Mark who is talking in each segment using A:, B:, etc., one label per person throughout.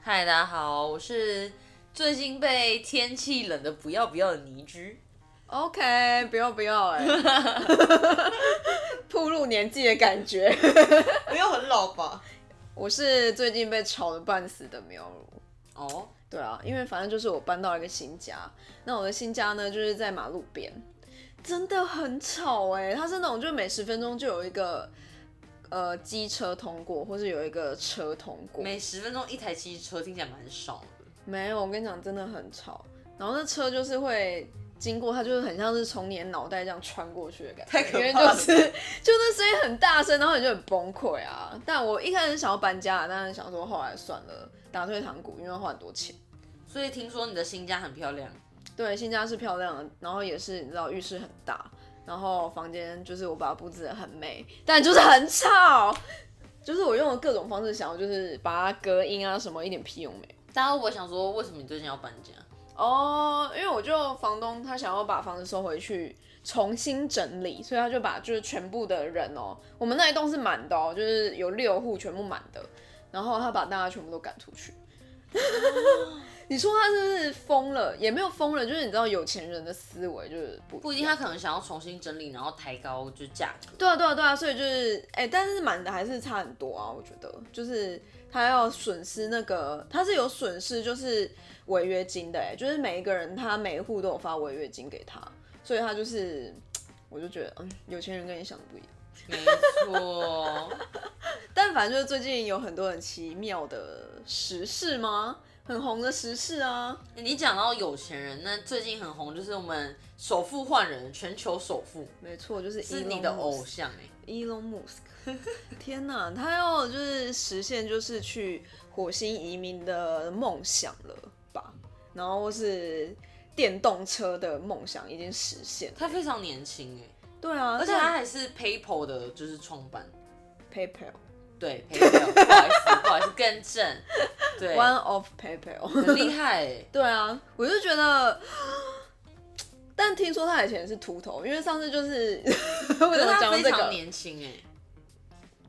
A: 嗨，大家好，我是最近被天气冷的不要不要的倪居。
B: OK，不用不用、 欸，暴露年纪的感觉。
C: 没有很老吧？
B: 我是最近被吵得半死的苗如。
A: 哦，
B: 对啊，因为反正就是我搬到了一个新家，那我的新家呢就是在马路边，真的很吵哎、它是那种就每十分钟就有一个呃机车通过，或是有一个车通过。
A: 每十分钟一台汽车，听起来蛮少的。
B: 没有，我跟你讲，真的很吵。然后那车就是会经过，它就是很像是从你的脑袋这样穿过去的感觉，
C: 太可怕了
B: 因为就是 就那声音很大声，然后你就很崩溃啊。但我一开始想要搬家，但是想说后来算了，打退堂鼓，因为要花很多钱。
A: 所以听说你的新家很漂亮，
B: 对，新家是漂亮的，然后也是你知道浴室很大，然后房间就是我把它布置的很美，但就是很吵。就是我用了各种方式想要，就是把它隔音啊什么一点屁用没有。
A: 大家会不会想说，为什么你最近要搬家？
B: 哦，因为我就房东他想要把房子收回去，重新整理，所以他就把就是全部的人哦，我们那一栋是满的哦，就是有六户全部满的，然后他把大家全部都赶出去。你说他是不是疯了？也没有疯了，就是你知道有钱人的思维就是不
A: 不一定，他可能想要重新整理，然后抬高就价格。
B: 对啊，对啊，对啊，所以就是，哎、但是满的还是差很多啊，我觉得，就是他要损失那个，他是有损失，就是违约金的、哎，就是每一个人他每一户都有发违约金给他，所以他就是，我就觉得，嗯，有钱人跟你想的不一样。
A: 没错，
B: 但反正就是最近有很多很奇妙的时事吗？很红的时事啊，
A: 你讲到有钱人，那最近很红就是我们首富换人，全球首富
B: 没错，就是
A: 是
B: Elon
A: 你的
B: Musk
A: 偶像哎、
B: Elon Musk，天哪，他要就是实现就是去火星移民的梦想了吧？然后是电动车的梦想已经实现了。
A: 他非常年轻哎、
B: 对啊，
A: 而且他还是 PayPal 的就是创办。
B: PayPal
A: 对 PayPal，不好意思，不好意思，更正，对，
B: One of PayPal。
A: 很厉害欸，
B: 对啊，我就觉得，但听说他以前是秃头，因为上次就是 为
A: 可
B: 什
A: 是
B: 么讲
A: 他
B: 到
A: 非
B: 这
A: 常
B: 个？
A: 年轻哎，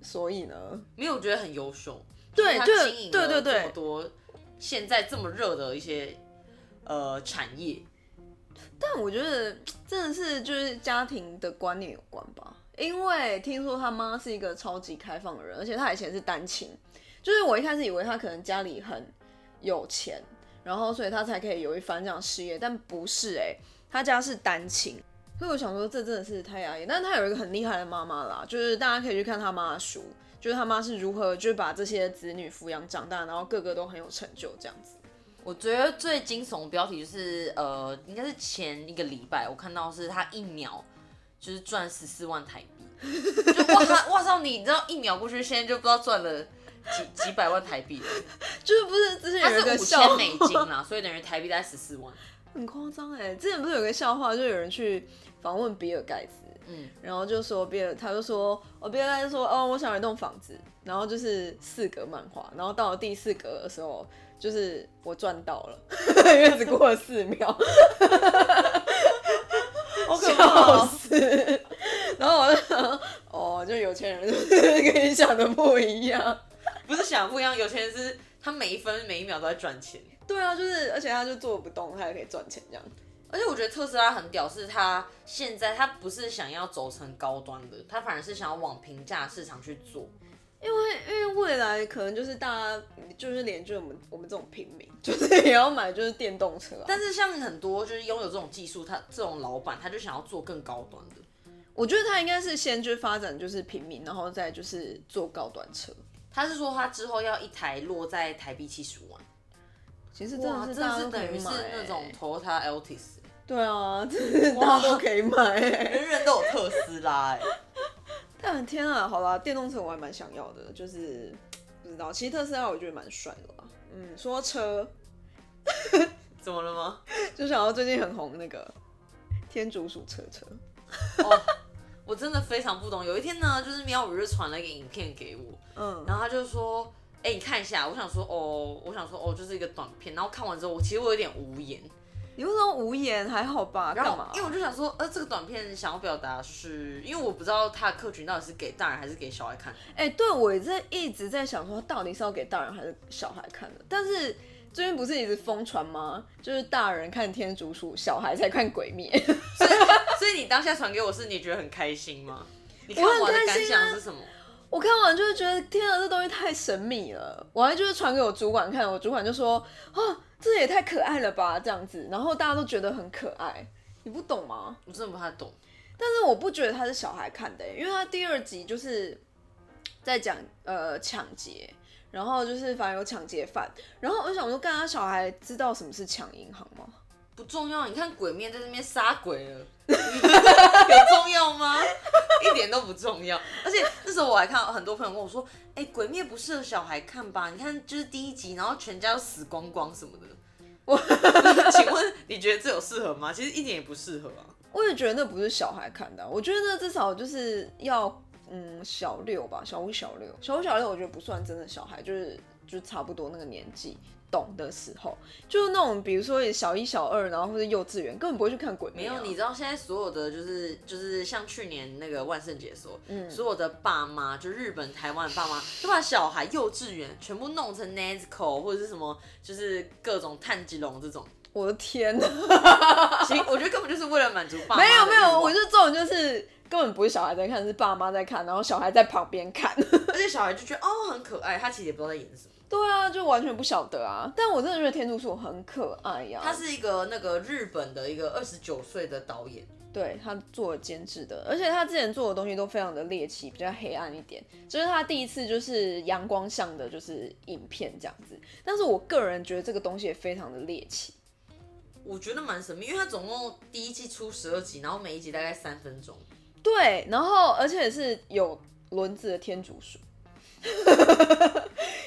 B: 所以呢，
A: 没有我觉得很优秀，
B: 对
A: 他
B: 对
A: 经营
B: 对
A: 了这
B: 对
A: 么
B: 对，
A: 多现在这么热的一些呃产业，
B: 但我觉得真的是就是家庭的观念有关吧，因为听说他妈是一个超级开放的人，而且他以前是单亲，就是我一开始以为他可能家里很有钱，然后所以他才可以有一番这样事业，但不是哎、他家是单亲。所以我想说，这真的是太压抑。但是他有一个很厉害的妈妈啦，就是大家可以去看他妈的书，就是他妈是如何就是把这些子女抚养长大，然后个个都很有成就这样子。
A: 我觉得最惊悚的标题就是呃，应该是前一个礼拜我看到是他一秒就是赚十四万台币，就哇他哇操你，你知道一秒过去，现在就不知道赚了几几百万台币了，
B: 就是不是之
A: 他
B: 前有一
A: 是
B: 个
A: 五
B: 笑
A: 千美金啦，所以等于台币大概十四万。
B: 很夸张哎！之前不是有个笑话，就有人去访问比尔盖茨，
A: 嗯，
B: 然后就说比尔，他就说，哦，比尔盖茨说，哦，我想有一栋房子，然后就是四格漫画，然后到了第四格的时候，就是我赚到了， 因为只过了四秒，
C: 好可怕
B: 笑
C: 哦！
B: 死！然后我就想说，哦，就有钱人就是跟你想的不一样。
A: 不是想不一样，有钱人是他每一分每一秒都在赚钱。
B: 对啊，就是，而且他就做不动，他也可以赚钱这样。
A: 而且我觉得特斯拉很屌，是他现在他不是想要走成高端的，他反而是想要往平价市场去做。
B: 因为因为未来可能就是大家就是连就是我们我们这种平民， 就是也要买就是电动车、啊。但
A: 但是像很多就是拥有这种技术，他这种老板他就想要做更高端的，
B: 我觉得他应该是先去发展就是平民，然后再就是做高端车。
A: 他是说他之后要一台落在台币七十万，
B: 其啊实真
A: 哇，
B: 的
A: 真
B: 是大
A: 的
B: 家
A: 是
B: 都可
A: 等于
B: 以
A: 是
B: 买、欸
A: 那种 Toyota Altis，
B: 对啊，真的是大家都可以买、 欸。
A: 人人都有特斯拉 哎、
B: 但天啊，好啦，电动车我还蛮想要的，就是不知道。其实特斯拉我觉得蛮帅的啦。嗯，说到车
A: 怎么了吗？
B: 就想到最近很红那个天竺鼠车车。
A: 哦，我真的非常不懂。有一天呢，就是喵五就传了一个影片给我，
B: 嗯，
A: 然后他就说：“哎、你看一下。”我想说：“哦，我想说哦，就是一个短片。”然后看完之后，我其实我有点无言，
B: 你为什么无言？还好吧？
A: 然
B: 干
A: 后
B: 嘛？
A: 因为我就想说，呃，这个短片想要表达是，因为我不知道它的客群到底是给大人还是给小孩看。
B: 哎、对我这一直在想说，到底是要给大人还是小孩看的？但是最近不是一直疯传吗？就是大人看天竺鼠，小孩才看鬼灭。
A: 所以，所以你当下传给我是你觉得很开心吗？你看
B: 我很
A: 完的
B: 开
A: 感
B: 心
A: 想
B: 啊
A: 是什么？
B: 我看完就是觉得，天啊，这东西太神秘了。我还就是传给我主管看，我主管就说，啊，这也太可爱了吧，这样子。然后大家都觉得很可爱，你不懂吗？
A: 我真的不太懂。
B: 但是我不觉得它是小孩看的、欸因为它第二集就是在讲呃抢劫，然后就是反正有抢劫犯，然后我就想说，干他小孩知道什么是抢银行吗？
A: 不重要，你看鬼面在那边杀鬼 了，有重要吗？一点都不重要。而且那时候我还看到很多朋友跟我说，哎、鬼灭不适合小孩看吧？你看就是第一集，然后全家都死光光什么的。 我请问你觉得这有适合吗？其实一点也不适合啊。
B: 我也觉得那不是小孩看的啊、我觉得那至少就是要嗯小六吧，小五小六，小五小六我觉得不算真的小孩，就是就差不多那个年纪懂的时候，就是那种比如说小一小二，然后或者幼稚园根本不会去看鬼
A: 没
B: 灭啊、
A: 有，你知道现在所有的就是就是像去年那个万圣节说，
B: 嗯
A: 所有的爸妈就日本、台湾的爸妈 就把小孩幼稚园全部弄成 Nazco 或者是什么，就是各种炭治龙这种。
B: 我的天哪，
A: 其实我觉得根本就是为了满足爸妈的
B: 没
A: 欲
B: 有
A: 望。
B: 没有，我就这种就是。根本不是小孩在看，是爸妈在看，然后小孩在旁边看。
A: 而且小孩就觉得哦很可爱，他其实也不知道在演什么。
B: 对啊，就完全不晓得啊。但我真的觉得天竺鼠很可爱啊呀、
A: 他是一个那个日本的一个二十九岁的导演，
B: 对他做了监制的，而且他之前做的东西都非常的猎奇，比较黑暗一点。这、是他第一次就是阳光向的，就是影片这样子。但是我个人觉得这个东西也非常的猎奇。
A: 我觉得蛮神秘，因为他总共第一季出十二集，然后每一集大概三分钟。
B: 对，然后而且是有轮子的天竺鼠。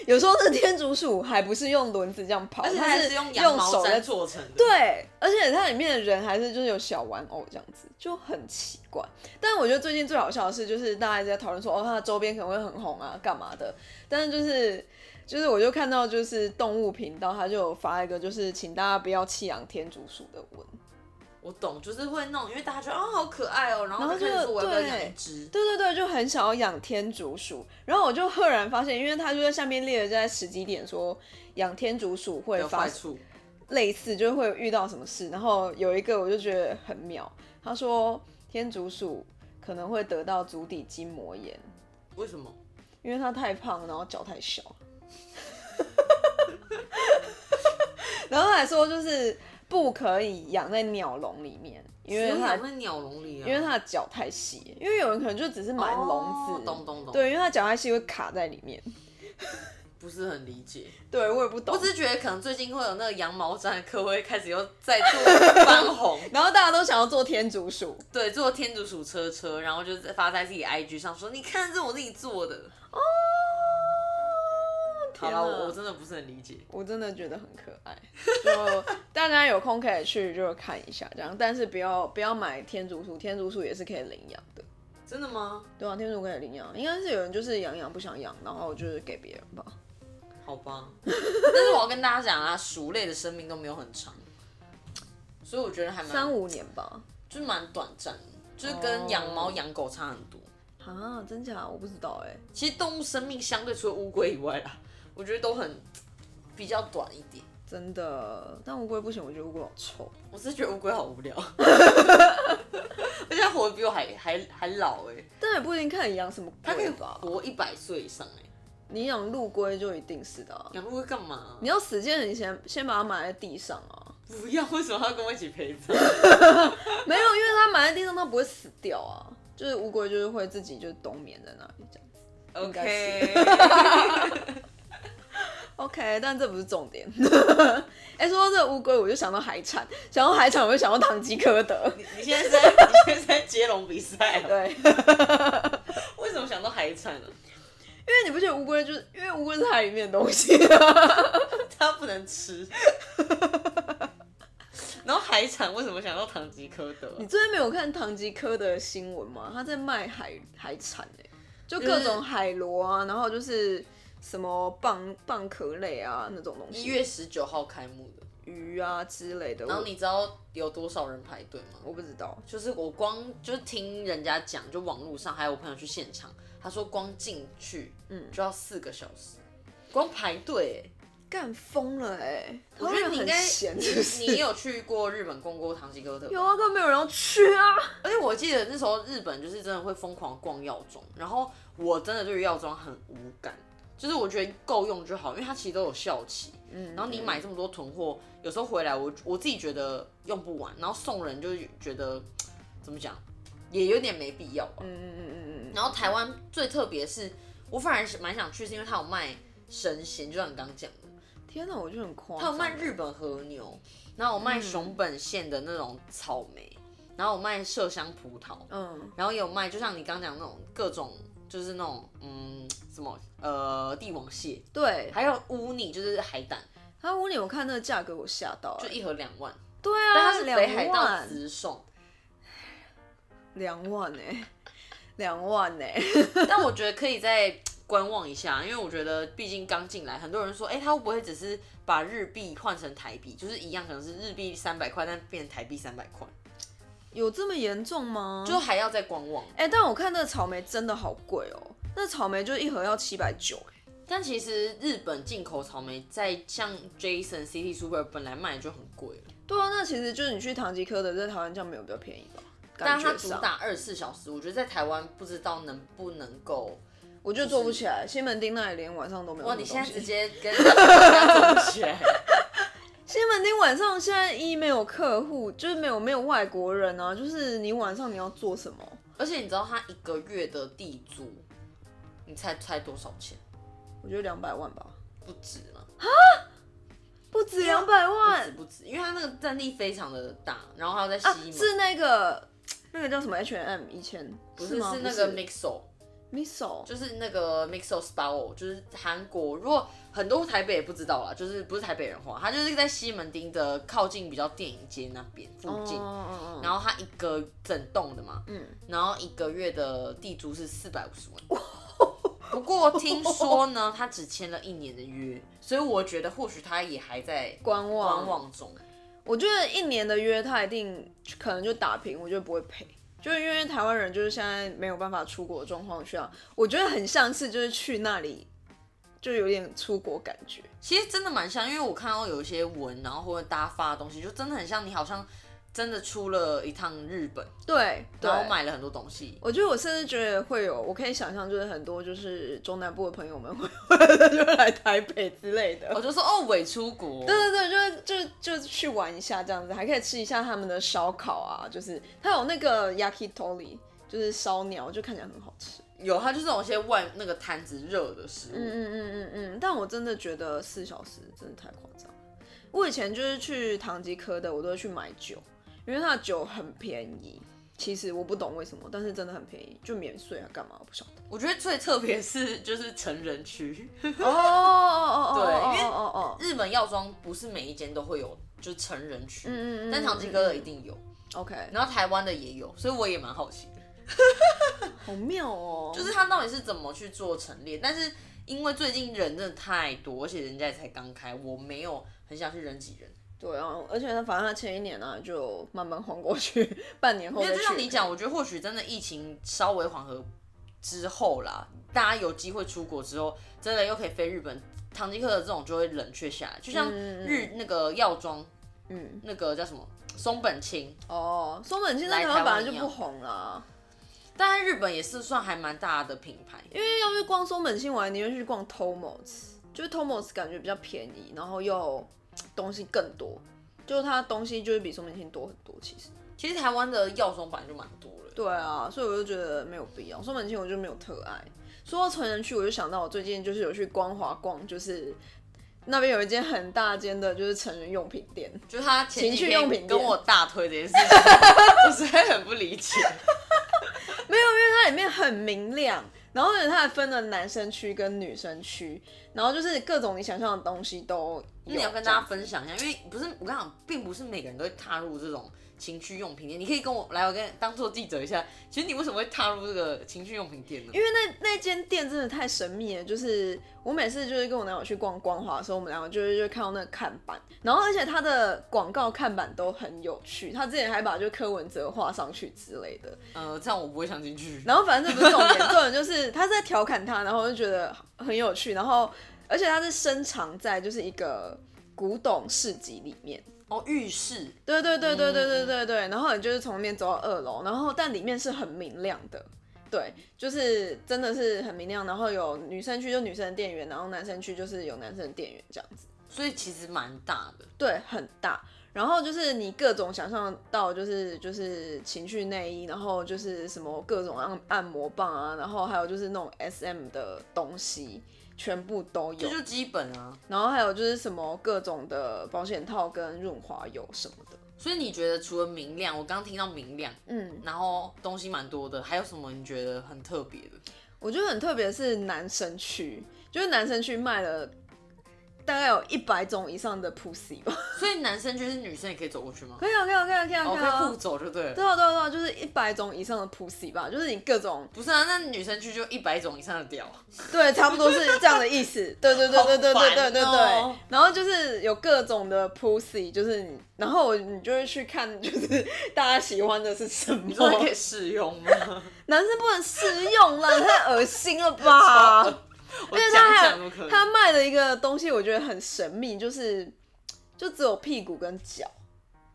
B: 有时候这天竺鼠还不是用轮子这样跑，
A: 而且
B: 它
A: 还
B: 是
A: 是用羊
B: 用
A: 毛
B: 手在
A: 毡做成的，，
B: 对，而且它里面的人还是就是有小玩偶这样子，就很奇怪。但我觉得最近最好笑的是，就是大家一直在讨论说，哦，它的周边可能会很红啊，干嘛的？但是就是就是，我就看到就是动物频道，它就有发一个就是请大家不要弃养天竺鼠的文。
A: 我懂，就是会弄，因为大家觉得哦好可爱哦，然
B: 然
A: 后
B: 后
A: 就开
B: 就
A: 始说我要不要养
B: 对
A: 一只，
B: 对对对，就很想要养天竺鼠。然后我就赫然发现，因为它就在下面列了在十几点说养天竺鼠会
A: 有
B: 发
A: 坏处。
B: 类似，就会遇到什么事。然后有一个我就觉得很妙，他说天竺鼠可能会得到足底筋膜炎，
A: 为什么？
B: 因为它太胖，然后脚太小。然后还说就是不可以养在鸟笼里面，因为
A: 谁会
B: 它
A: 养在鸟笼里啊，
B: 因为它的脚太细，因为有人可能就只是买笼
A: 哦
B: 子，
A: 懂懂懂，，
B: 对，因为它脚太细会卡在里面。
A: 不是很理解。
B: 对我也不懂，
A: 我只是觉得可能最近会有那个羊毛毡的课会开始又再度翻 红，
B: 然后大家都想要做天竺鼠，
A: 对，做天竺鼠车车，然后就发在自己 IG 上说，你看这我自己做的。哦，好了，
B: 天哪
A: 我我真的不是很理解。
B: 我真的觉得很可爱， 就大家有空可以去就看一下这样，但是不要不要买天竺鼠，天竺鼠也是可以领养的，
A: 真的吗？
B: 对啊，天竺鼠可以领养，应该是有人就是养一养不想养，然后就是给别人吧。
A: 好吧， 但是我要跟大家讲啊，鼠类的生命都没有很长，所以我觉得还
B: 三
A: 蛮
B: 五年吧，
A: 就是蛮短暂的，就是跟养猫养狗差很多。
B: 啊，真假我不知道哎、
A: 其实动物生命相对除了乌龟以外啦，我觉得都很比较短一点。
B: 真的，但乌龟不行，我觉得乌龟好臭。
A: 我是觉得乌龟好无聊， 而且它活得比我还还还老哎、
B: 但也不一定看你养什么
A: 它可以
B: 龟吧，
A: 活一百岁以上哎、
B: 你养陆龟就一定是的啊、
A: 养乌龟干嘛？
B: 你要死见你先先把它埋在地上啊，
A: 不要，为什么要跟我一起陪葬？
B: 没有，因为它埋在地上它不会死掉啊，就是乌龟就是会自己就是冬眠在那里这样。该
A: OK，
B: OK，但这不是重点。哎、说到这个乌龟，我就想到海产，想到海产，我就想到唐吉诃德。
A: 你你现在是在你现在是在接龙比赛啊？
B: 对，因为
A: 为什么想到海产呢、啊
B: 你不觉得乌龟就是因为乌龟是海里面的东西、 啊
A: 它不能吃。 然后海产为什么想到唐吉诃德啊
B: 你？最近没有看唐吉诃德的新闻吗？他在卖海海产、欸，就各种海螺啊，然后就是什么蚌蚌壳类啊那种东西。
A: 一月十九号开幕的，
B: 鱼啊之类的。
A: 然后
B: 我
A: 你知道有多少人排队吗？
B: 我不知道，
A: 就是我光就是听人家讲，就网络上还有我朋友去现场，他说光进去，嗯，就要四个小时，光排队、欸。
B: 干疯了哎！
A: 我觉得你应该，
B: 很闲是不是
A: 你 你有去过日本逛过唐吉诃德？
B: 有啊，根本没有人要去啊。
A: 而且我记得那时候日本就是真的会疯狂逛药妆，然后我真的对于药妆很无感，就是我觉得够用就好，因为它其实都有效期。嗯，然后你买这么多囤货，有时候回来我我自己觉得用不完，然后送人就觉得怎么讲，也有点没必要吧。
B: 嗯嗯嗯嗯嗯
A: 然后台湾最特别是，我反而是蛮想去，是因为它有卖神仙，就像你刚刚讲的，
B: 嗯，天哪，我就很夸张。
A: 它有卖日本和牛，然后有
B: 嗯
A: 卖熊本县的那种草莓，然后有卖麝香葡萄，
B: 嗯，
A: 然后也有卖，就像你刚讲那种各种，就是那种嗯什么呃帝王蟹，
B: 对，
A: 还有乌尼，就是海胆，
B: 他屋里我看那个价格我吓到
A: 就
B: 了，
A: 一盒两万，
B: 对啊，
A: 但它是北海
B: 两
A: 道
B: 万，
A: 直送。
B: 两万哎， 两万哎，
A: 但我觉得可以再观望一下，因为我觉得毕竟刚进来，很多人说，哎、他会不会只是把日币换成台币，就是一样，可能是日币三百块，但变台币三百块，
B: 有这么严重吗？
A: 就还要再观望。
B: 哎、但我看那个草莓真的好贵哦，那草莓就一盒要七百九哎，
A: 但其实日本进口草莓在像 Jason City Super 本来卖就很贵了，
B: 对啊，那其实就是你去唐吉诃德在台湾这样没有比较便宜吧？
A: 但
B: 感
A: 是它
B: 觉
A: 主
B: 上，
A: 打二十四小时，我觉得在台湾不知道能不能够。
B: 我就做不起来，西门町那里连晚上都没有
A: 哇，
B: 那
A: 你
B: 么东
A: 现在直
B: 西。
A: 接跟人家走起来，
B: 西门町晚上现在一没有客户，就是没有没有外国人啊，就是你晚上你要做什么？
A: 而且你知道他一个月的地租，你猜猜多少钱？
B: 我觉得两百万吧，
A: 不止了。
B: 不止两百
A: 不止啊
B: 万
A: 不止，因为它那个占地非常的大，然后还有在
B: 啊，
A: 西门，
B: 是那个那个叫什么 H M 一千，
A: 不
B: 是哦
A: 是
B: 吗？
A: 是那个
B: 不
A: Mixo，
B: Missile，
A: 就是那个 Mixo Spa，就是韩国，如果很多台北也不知道啦，就是不是台北人话，它就是在西门町的靠近比较电影街那边附近。
B: 哦
A: 然后它一个整栋的嘛，
B: 嗯
A: 然后一个月的地租是四百五十 万。不过听说呢，他只签了一年的约，所以我觉得或许他也还在
B: 观
A: 观
B: 望
A: 望中。
B: 我觉得一年的约他一定可能就打平，我觉得不会赔，就是因为台湾人就是现在没有办法出国的状况下，我觉得很像是就是去那里就有点出国感觉。
A: 其实真的蛮像，因为我看到有一些文，然后或者大家发的东西，就真的很像你好像真的出了一趟日本，
B: 对，对
A: 然后买了很多东西。
B: 我觉得我甚至觉得会有，我可以想象，就是很多就是中南部的朋友们会 就来台北之类的。
A: 我就说哦，伪出国，
B: 对对对，就是就就去玩一下这样子，还可以吃一下他们的烧烤啊，就是它有那个 yakitori，就是烧鸟，就看起来很好吃。
A: 有它就是有一些外那个摊子热的食物，
B: 嗯嗯嗯嗯嗯，但我真的觉得四小时真的太夸张了。我以前就是去唐吉诃德，我都会去买酒，因为它的酒很便宜。其实我不懂为什么，但是真的很便宜，就免税啊，干嘛我不晓得。
A: 我觉得最特别是就是成人区，
B: 哦哦哦
A: 对因为
B: 哦哦
A: 日本药妆不是每一间都会有，就是成人区，
B: 嗯嗯嗯
A: 但唐吉诃德一定有，
B: OK，
A: 然后台湾的也有，所以我也蛮好奇的。
B: 好妙哦，
A: 就是他到底是怎么去做陈列？但是因为最近人真的太多，而且人家也才刚开，我没有很想去人挤人。
B: 对啊，而且他反正他前一年呢、就慢慢晃过去，半年后
A: 因
B: 再
A: 为就像
B: 去。
A: 你讲，我觉得或许真的疫情稍微缓和之后啦，大家有机会出国之后，真的又可以飞日本，唐吉诃德这种就会冷却下来。就像
B: 嗯嗯嗯
A: 日、那个药妆，
B: 嗯，
A: 那个叫什么松本清，
B: 哦，松本清在
A: 来
B: 台
A: 台
B: 湾
A: 湾
B: 本来
A: 一
B: 就
A: 样
B: 不红啦，
A: 但在日本也是算还蛮大的品牌，因
B: 因为要去逛松本清，我还宁愿去逛 Tomos，就是 Tomos 感觉比较便宜，然后又东西更多，就是它东西就是比松本清多很多。其实，
A: 其实台湾的药妆本来就蛮多了。
B: 对啊，所以我就觉得没有必要。松本清我就没有特爱。说到成人区，我就想到我最近就是有去光华逛，就是那边有一间很大间的就是成人用品店。
A: 就是他前几
B: 情趣用品
A: 天
B: 店
A: 跟我大推这件事情， 我实在很不理 解。
B: 它里面很明亮，然后呢，它还分了男生区跟女生区，然后就是各种你想象的东西都有。
A: 那你要跟大家
B: 这样
A: 分享一下，因为不是我跟你讲，并不是每个人都会踏入这种情趣用品店，你可以跟我来，我跟你当做记者一下。其实你为什么会踏入这个情趣用品店呢？
B: 因为那那间店真的太神秘了，就是我每次就是跟我男友去逛光华的时候，我们两个就是就看到那个看板，然后而且它的广告看板都很有趣，他之前还把就柯文哲画上去之类的，
A: 呃，这样我不会想进去。
B: 然后反正这不是重点，重点就是他是在调侃他，然后我就觉得很有趣，然后而且他是深藏在就是一个古董市集里面。
A: 哦，浴室
B: 对对对对对对对对，然后你就是从那边走到二楼，然后但里面是很明亮的，对，就是真的是很明亮，然后有女生区就女生的店员，然后男生区就是有男生的店员这样子，
A: 所以其实蛮大的。
B: 对，很大。然后就是你各种想象到，就是就是情趣内衣，然后就是什么各种按按摩棒啊，然后还有就是那种 S M 的东西，全部都有
A: 这。就基本啊，
B: 然后还有就是什么各种的保险套跟润滑油什么的。
A: 所以你觉得除了明亮，我刚听到明亮，
B: 嗯，
A: 然后东西蛮多的，还有什么你觉得很特别的？
B: 我觉得很特别，是男生区，就是男生区卖了大概有一百种以上的 pussy 吧。
A: 所以男生就是女生也可以走过去吗？
B: 可以啊，可以啊，可以啊，可以啊，
A: 哦，
B: 可以
A: 可以
B: 啊
A: 互。走就对了。
B: 对啊，对啊，对啊，就是一百种以上的 pussy 吧，就是你各种
A: 不是啊，那女生去就一百种以上的 屌，
B: 对，差不多是这样的 意思。对
A: 哦
B: 对对对对对对对
A: 好
B: 对。
A: 烦哦
B: 然后就是有各种的 pussy，就是你，然后我你就会去看，就是大家喜欢的是什 么
A: 你。说可以使用 吗？
B: 男生不能试用啦，太恶心了 吧？
A: 因
B: 因为
A: 讲
B: 他还
A: 讲都可
B: 有
A: 以。
B: 他卖的一个东西，我觉得很神秘，就是就只有屁股跟脚，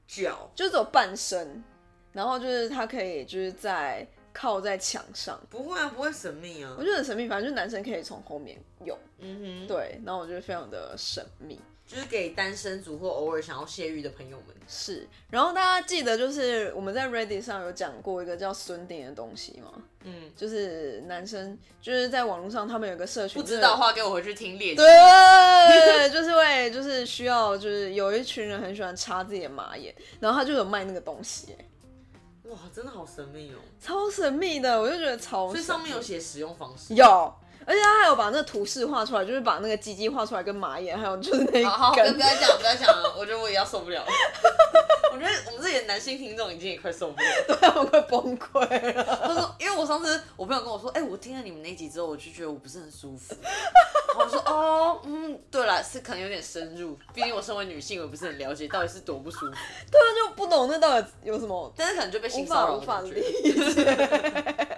A: 脚
B: 就只有半身，然后就是他可以就是在靠在墙上，
A: 不会啊，不会神秘啊
B: 我。觉得很神秘。反正就是男生可以从后面用，
A: 嗯哼，
B: 对，然后我觉得非常的神秘。
A: 就是给单身族或偶尔想要泄欲的朋友们。
B: 是，然后大家记得就是我们在 Reddit 上有讲过一个叫孙顶的东西吗？
A: 嗯，
B: 就是男生就是在网络上他们有个社群，
A: 不知道的话给我回去听猎奇。
B: 对，就是会就是需要，就是有一群人很喜欢插自己的马眼，然后他就有卖那个东西，欸
A: 哇，真的好神秘哦。
B: 超神秘的，我就觉得超神
A: 所以
B: 秘。
A: 上面有写使用方式。
B: 有，而且他还有把那个图示画出来，就是把那个鸡鸡画出来跟马眼，还有就是那一根。
A: 好好，不要不要讲，不要讲了，我觉得我也要受不 了。我觉得我们这里的男性听众已经也快受不了了。
B: 对，我快崩溃了。
A: 他说，因为我上次我朋友跟我说，哎、我听了你们那集之后，我就觉得我不是很舒服。然后我说，哦，嗯，对了，是可能有点深入，毕竟我身为女性，我也不是很了解到底是多不舒服，
B: 对啊，就不懂那到底有什么
A: 但是可能就被
B: 无
A: 性骚
B: 法
A: 扰
B: 无
A: 的
B: 法
A: 感
B: 理
A: 觉。
B: 解。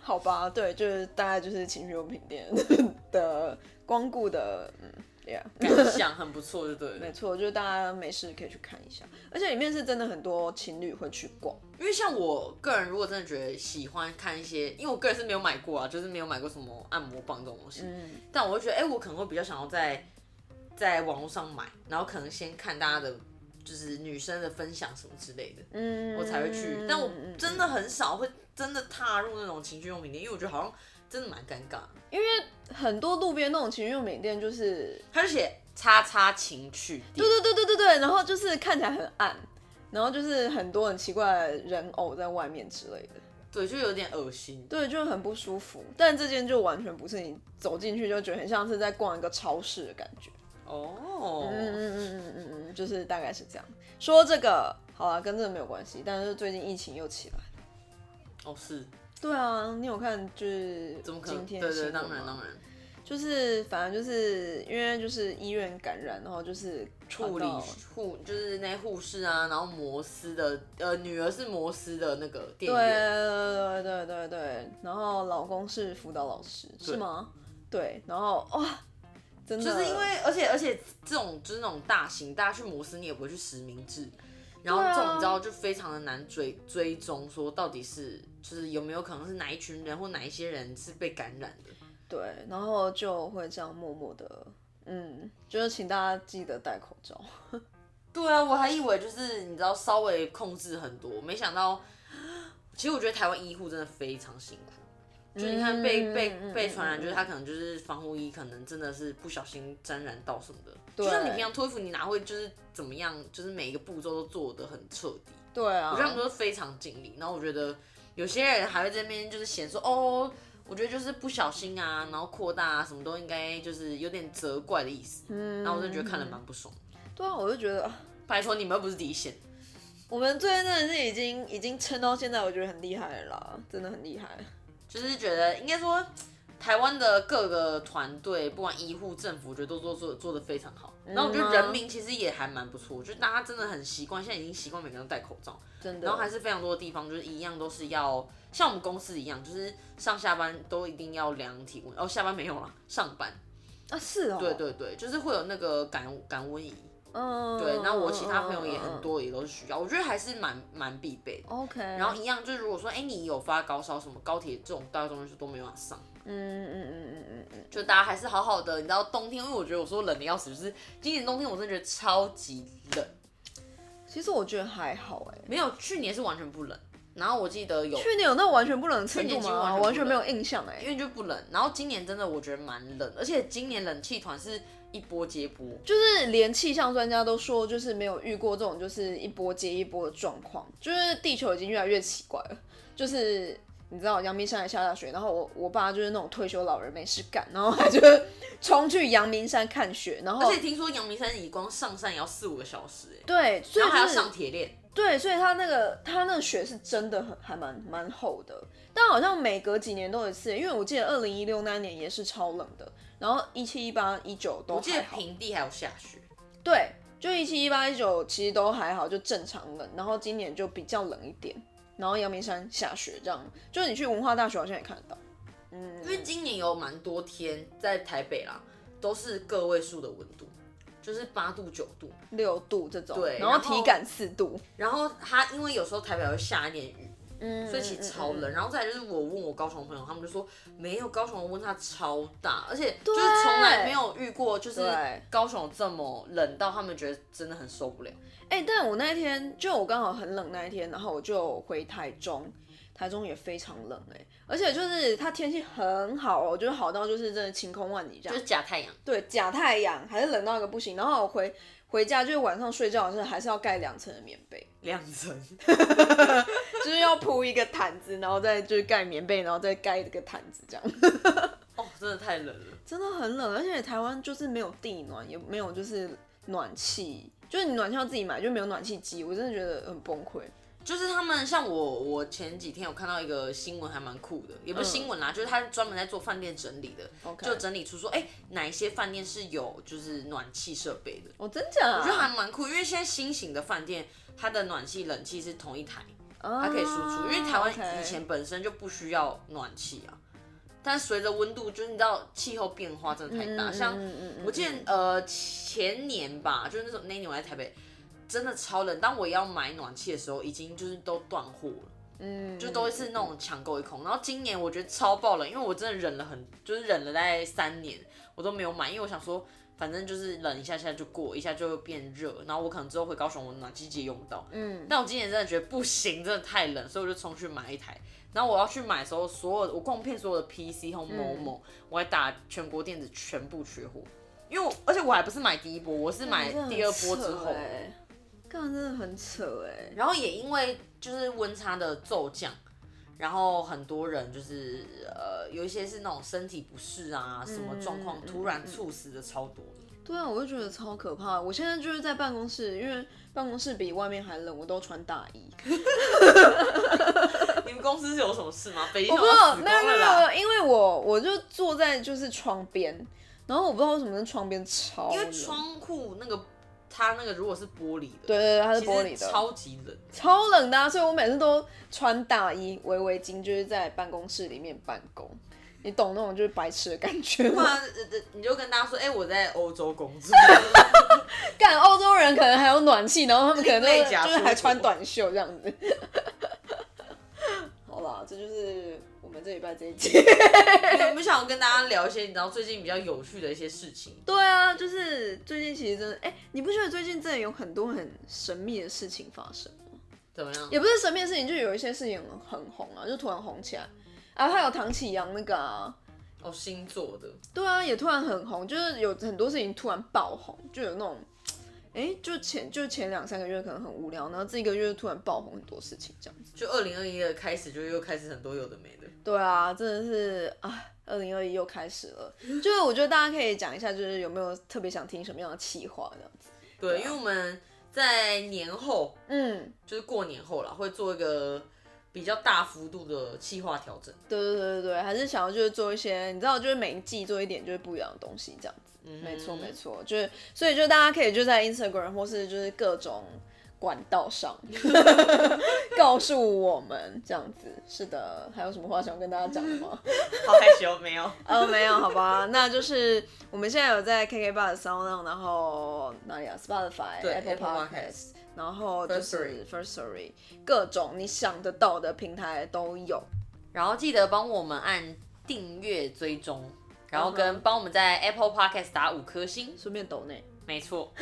B: 好吧，对，就是大概就是情趣用品店的光顾的，嗯，yeah。
A: 感想很不错，就对了
B: 没。错，就是大家没事可以去看一下，而且里面是真的很多情侣会去逛。
A: 因为像我个人，如果真的觉得喜欢看一些，因为我个人是没有买过啊，就是没有买过什么按摩棒这种东西，
B: 嗯，
A: 但我会觉得，哎、我可能会比较想要在在网络上买，然后可能先看大家的，就是女生的分享什么之类的，
B: 嗯
A: 我才会去。但我真的很少会真的踏入那种情趣用品店，因为我觉得好像真的蛮尴尬的。
B: 很多路边那种情趣用品店，就是
A: 他就写叉叉情趣店
B: 对，对对对对对，然后就是看起来很暗，然后就是很多很奇怪的人偶在外面之类的，
A: 对，就有点恶心。
B: 对，就很不舒服。但这间就完全不是你走进去就觉得很像是在逛一个超市的感觉。
A: 哦，
B: 嗯嗯嗯嗯嗯嗯，就是大概是这样。说这个好了，跟这个没有关系，但是最近疫情又起来了。
A: 哦是，
B: 对啊，你有看就是
A: 怎么可能？
B: 今
A: 对
B: 天的
A: 对，
B: 新闻
A: 当
B: 吗
A: 然当然，
B: 就是反正就是因为就是医院感染，然后就是传
A: 护理
B: 到
A: 护就是那些护士啊，然后摩斯的呃女儿是摩斯的那个店
B: 对
A: 员，
B: 对对对对，然后老公是辅导老师是吗？对，然后哇，真的
A: 就是因为而且而且这种就是那种大型，大家去摩斯你也不会去实名制，然后
B: 对啊
A: 这种你知道就非常的难追追踪，说到底是就是有没有可能是哪一群人或哪一些人是被感染的。
B: 对，然后就会这样默默的，嗯，就是请大家记得戴口罩。
A: 对啊，我还以为就是你知道稍微控制很多，没想到，其实我觉得台湾医护真的非常辛苦。就是你看被、
B: 嗯
A: 被被传染，
B: 嗯
A: 就是他可能就是防护衣，可能真的是不小心沾染到什么的。
B: 对
A: 就像你平常脱衣服，你哪会就是怎么样，就是每一个步骤都做得很彻底。
B: 对啊，
A: 我觉得他们都是非常尽力。然后我觉得有些人还会在那边就是嫌说哦，我觉得就是不小心啊，然后扩大啊，什么都应该就是有点责怪的意思。
B: 嗯
A: 然后我就觉得看了蛮不爽。
B: 对啊，我就觉得啊
A: 白说你们又不是第一线，
B: 我们最近真的是已经已经撑到现在，我觉得很厉害了啦，真的很厉害。
A: 就是觉得应该说，台湾的各个团队，不管医护、政府，我觉得都做做做的非常好。然后我觉得人民其实也还蛮不错，就大家真的很习惯，现在已经习惯每个人都戴口罩，
B: 真的。
A: 然后还是非常多的地方就是一样都是要像我们公司一样，就是上下班都一定要量体温，哦，下班没有了，上班，
B: 啊是哦，
A: 对，对对，就是会有那个感感温仪。
B: 嗯，
A: 对，然后我
B: 嗯
A: 其他朋友也很。多也都是需要，我觉得还是蛮蛮必备的。
B: 嗯嗯嗯 OK，
A: 然
B: 然
A: 后一样就是如果说，哎、你有发高烧什么，高铁这种大众运输都没办法上。
B: 嗯嗯嗯嗯嗯嗯，
A: 就大家还是好好的，你知道冬天，因为我觉得我说冷的要死，就是今年冬天我真的觉得超级冷，
B: 其实我觉得还好哎、
A: 没有去年是完全不冷，然后我记得有
B: 去年有那完全不冷的程
A: 去
B: 度
A: 年几乎
B: 吗？
A: 完
B: 完
A: 全
B: 全
A: 不冷
B: 没有印象哎、
A: 因为就不冷，然后今年真的我觉得蛮冷，而且今年冷气团是一波接波，
B: 就是连气象专家都说，就是没有遇过这种就是一波接一波的状况，就是地球已经越来越奇怪了。就是你知道，阳明山还下大雪，然后我我爸就是那种退休老人没事干，然后他就冲去阳明山看雪，然后
A: 而且听说阳明山你光上山也要四五个小时、哎，
B: 对，所以
A: 然后还要
B: 就是
A: 上铁链，
B: 对，所以它那个它那个雪是真的很还蛮蛮厚的，但好像每隔几年都有一次，因为我记得二零一六那一年也是超冷的，然后一七一八一九都
A: 我记得
B: 还好，
A: 平地还有下雪，
B: 对，就一七一八一九其实都还好，就正常冷，然后今年就比较冷一点，然后阳明山下雪这样，就是你去文化大学好像也看得到，嗯，
A: 因为今年有蛮多天在台北啦，都是个位数的温度，就是八度九度，
B: 六度这种，
A: 对
B: 然
A: 然
B: 后
A: 后
B: 体感四度，
A: 然后它因为有时候台北还会下一点雨。
B: 嗯，
A: 所以其实超
B: 嗯嗯
A: 冷。然后再来就是我问我高雄朋友，他们就说没有高雄的温差超大，而且就
B: 对
A: 是从来没有遇过就是
B: 对
A: 高雄这么冷到他们觉得真的很受不了。
B: 哎、但我那一天就我刚好很冷那一天，然后我就回台中，台中也非常冷哎、而且就是它天气很好哦，我觉得好到就是真的晴空万里这
A: 就
B: 样
A: 是，假太阳，
B: 对，假太阳还是冷到一个不行。然后我回回家就是晚上睡觉的时候还是要盖两层的棉被，
A: 两层，
B: 就是要铺一个毯子，然后再就是盖棉被，然后再盖这个毯子这样，
A: 哦，真的太冷了。
B: 真的很冷。而且台湾就是没有地暖，也没有就是暖气，就是你暖气要自己买，就没有暖气机，我真的觉得很崩溃。
A: 就是他们像我，我前几天有看到一个新闻，还蛮酷的，也不是新闻啦，就是他专门在做饭店整理的
B: 嗯 OK
A: 就整理出说，哎、哪一些饭店是有就是暖气设备的，
B: 哦，真假、啊？
A: 我觉得还蛮酷，因为现在新型的饭店，它的暖气、冷气是同一台，
B: 它
A: 它可以输出，
B: 啊
A: 因为台湾以前本身就不需要暖气啊。但随着温度，就是你知道气候变化真的太
B: 嗯
A: 大，像我记得呃前年吧，就是那时候那一年我在台北，真的超冷。当我要买暖气的时候，已经就是都断货了，
B: 嗯，
A: 就都是那种抢购一空。然后今年我觉得超爆冷，因为我真的忍了很，就是忍了大概三年，我都没有买，因为我想说。反正就是冷一下下就过，一下就变热，然后我可能之后回高雄，我暖气机也用不到，
B: 嗯，
A: 但我今年真的觉得不行，真的太冷，所以我就冲去买一台。然后我要去买的时候，所有我逛遍所有的 PC 和某某，我还打全国电子全部缺货，因为我而且我还不是买第一波，我是买第二波之后，
B: 欸干真的很扯哎、
A: 然后也因为就是温差的骤降，然后很多人就是呃有一些是那种身体不适啊什么状况，
B: 嗯嗯
A: 突然猝死的 超多。
B: 对啊，我就觉得超可怕。我现在就是在办公室，因为办公室比外面还冷，我都穿大衣。
A: 你们公司是有什么事吗？北京
B: 我
A: 要
B: 不知道，
A: 死
B: 没有
A: 光了
B: 没有
A: 啦！
B: 没有，因为我我就坐在就是窗边，然后我不知道为什么那窗边超冷，
A: 因为窗户那个它那个如果是玻璃的，
B: 对对对，它是
A: 其
B: 玻璃
A: 实
B: 的，
A: 超级 冷。
B: 超冷的、啊，所以我每次都穿大衣、围围巾，就是在办公室里面办公。你懂那种就是白痴的感觉
A: 不
B: 吗？
A: 然呃呃你就跟大家说，哎、我在欧洲工作，
B: 干欧洲人可能还有暖气，然后他们可能 都
A: 另
B: 是
A: 类假
B: 就是
A: 出
B: 还
A: 国
B: 穿短袖这样子。 好啦，这就是我们这礼拜这一集。
A: 我们想要跟大家聊一些你知道最近比较有趣的一些事情。
B: 对啊，就是最近其实真的，哎、你不觉得最近真的有很多很神秘的事情发生？
A: 怎么样？
B: 也不是神秘的事情，就有一些事情很红啊，就突然红起来。啊，还有唐启阳那个啊，
A: 哦，星座的，
B: 对啊，也突然很红，就是有很多事情突然爆红，就有那种，哎、就前就前两三个月可能很无聊，然后这一个月突然爆红很多事情这样子。
A: 就二零二一的开始就又开始很多有的没的。
B: 对啊，真的是啊，二零二一又开始了。就是我觉得大家可以讲一下，就是有没有特别想听什么样的企划这样子？
A: 对，因为我们。在年后，
B: 嗯，
A: 就是过年后啦，会做一个比较大幅度的企划调整。
B: 对对对对对，还是想要就是做一些，你知道，就是每一季做一点就是不一样的东西这样子。
A: 嗯哼
B: 没 错没错，就是所以就大家可以就在 Instagram 或是就是各种管道上告诉我们这样子。是的，还有什么话想跟大家讲的吗？
C: 好害羞，没 有。
B: 哦，没有，好吧，那就是我们现在有在 KK Bar 的 Sound，On，然后哪里啊？Spotify、
A: 对
B: Apple
A: Apple
B: Podcast，然后就是
A: Firstory
B: First Story，各种你想得到的平台都有。
A: 然后记得帮我们按订阅追踪，然后
B: 嗯
A: 跟帮我们在 Apple Podcast 打五颗星。
B: 顺便抖内，
A: 没错，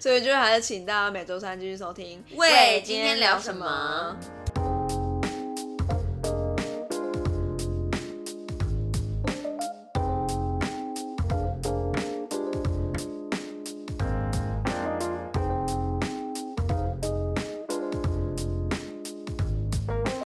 B: 所以就还是请大家每周三继续收听。
A: 喂今天聊什么？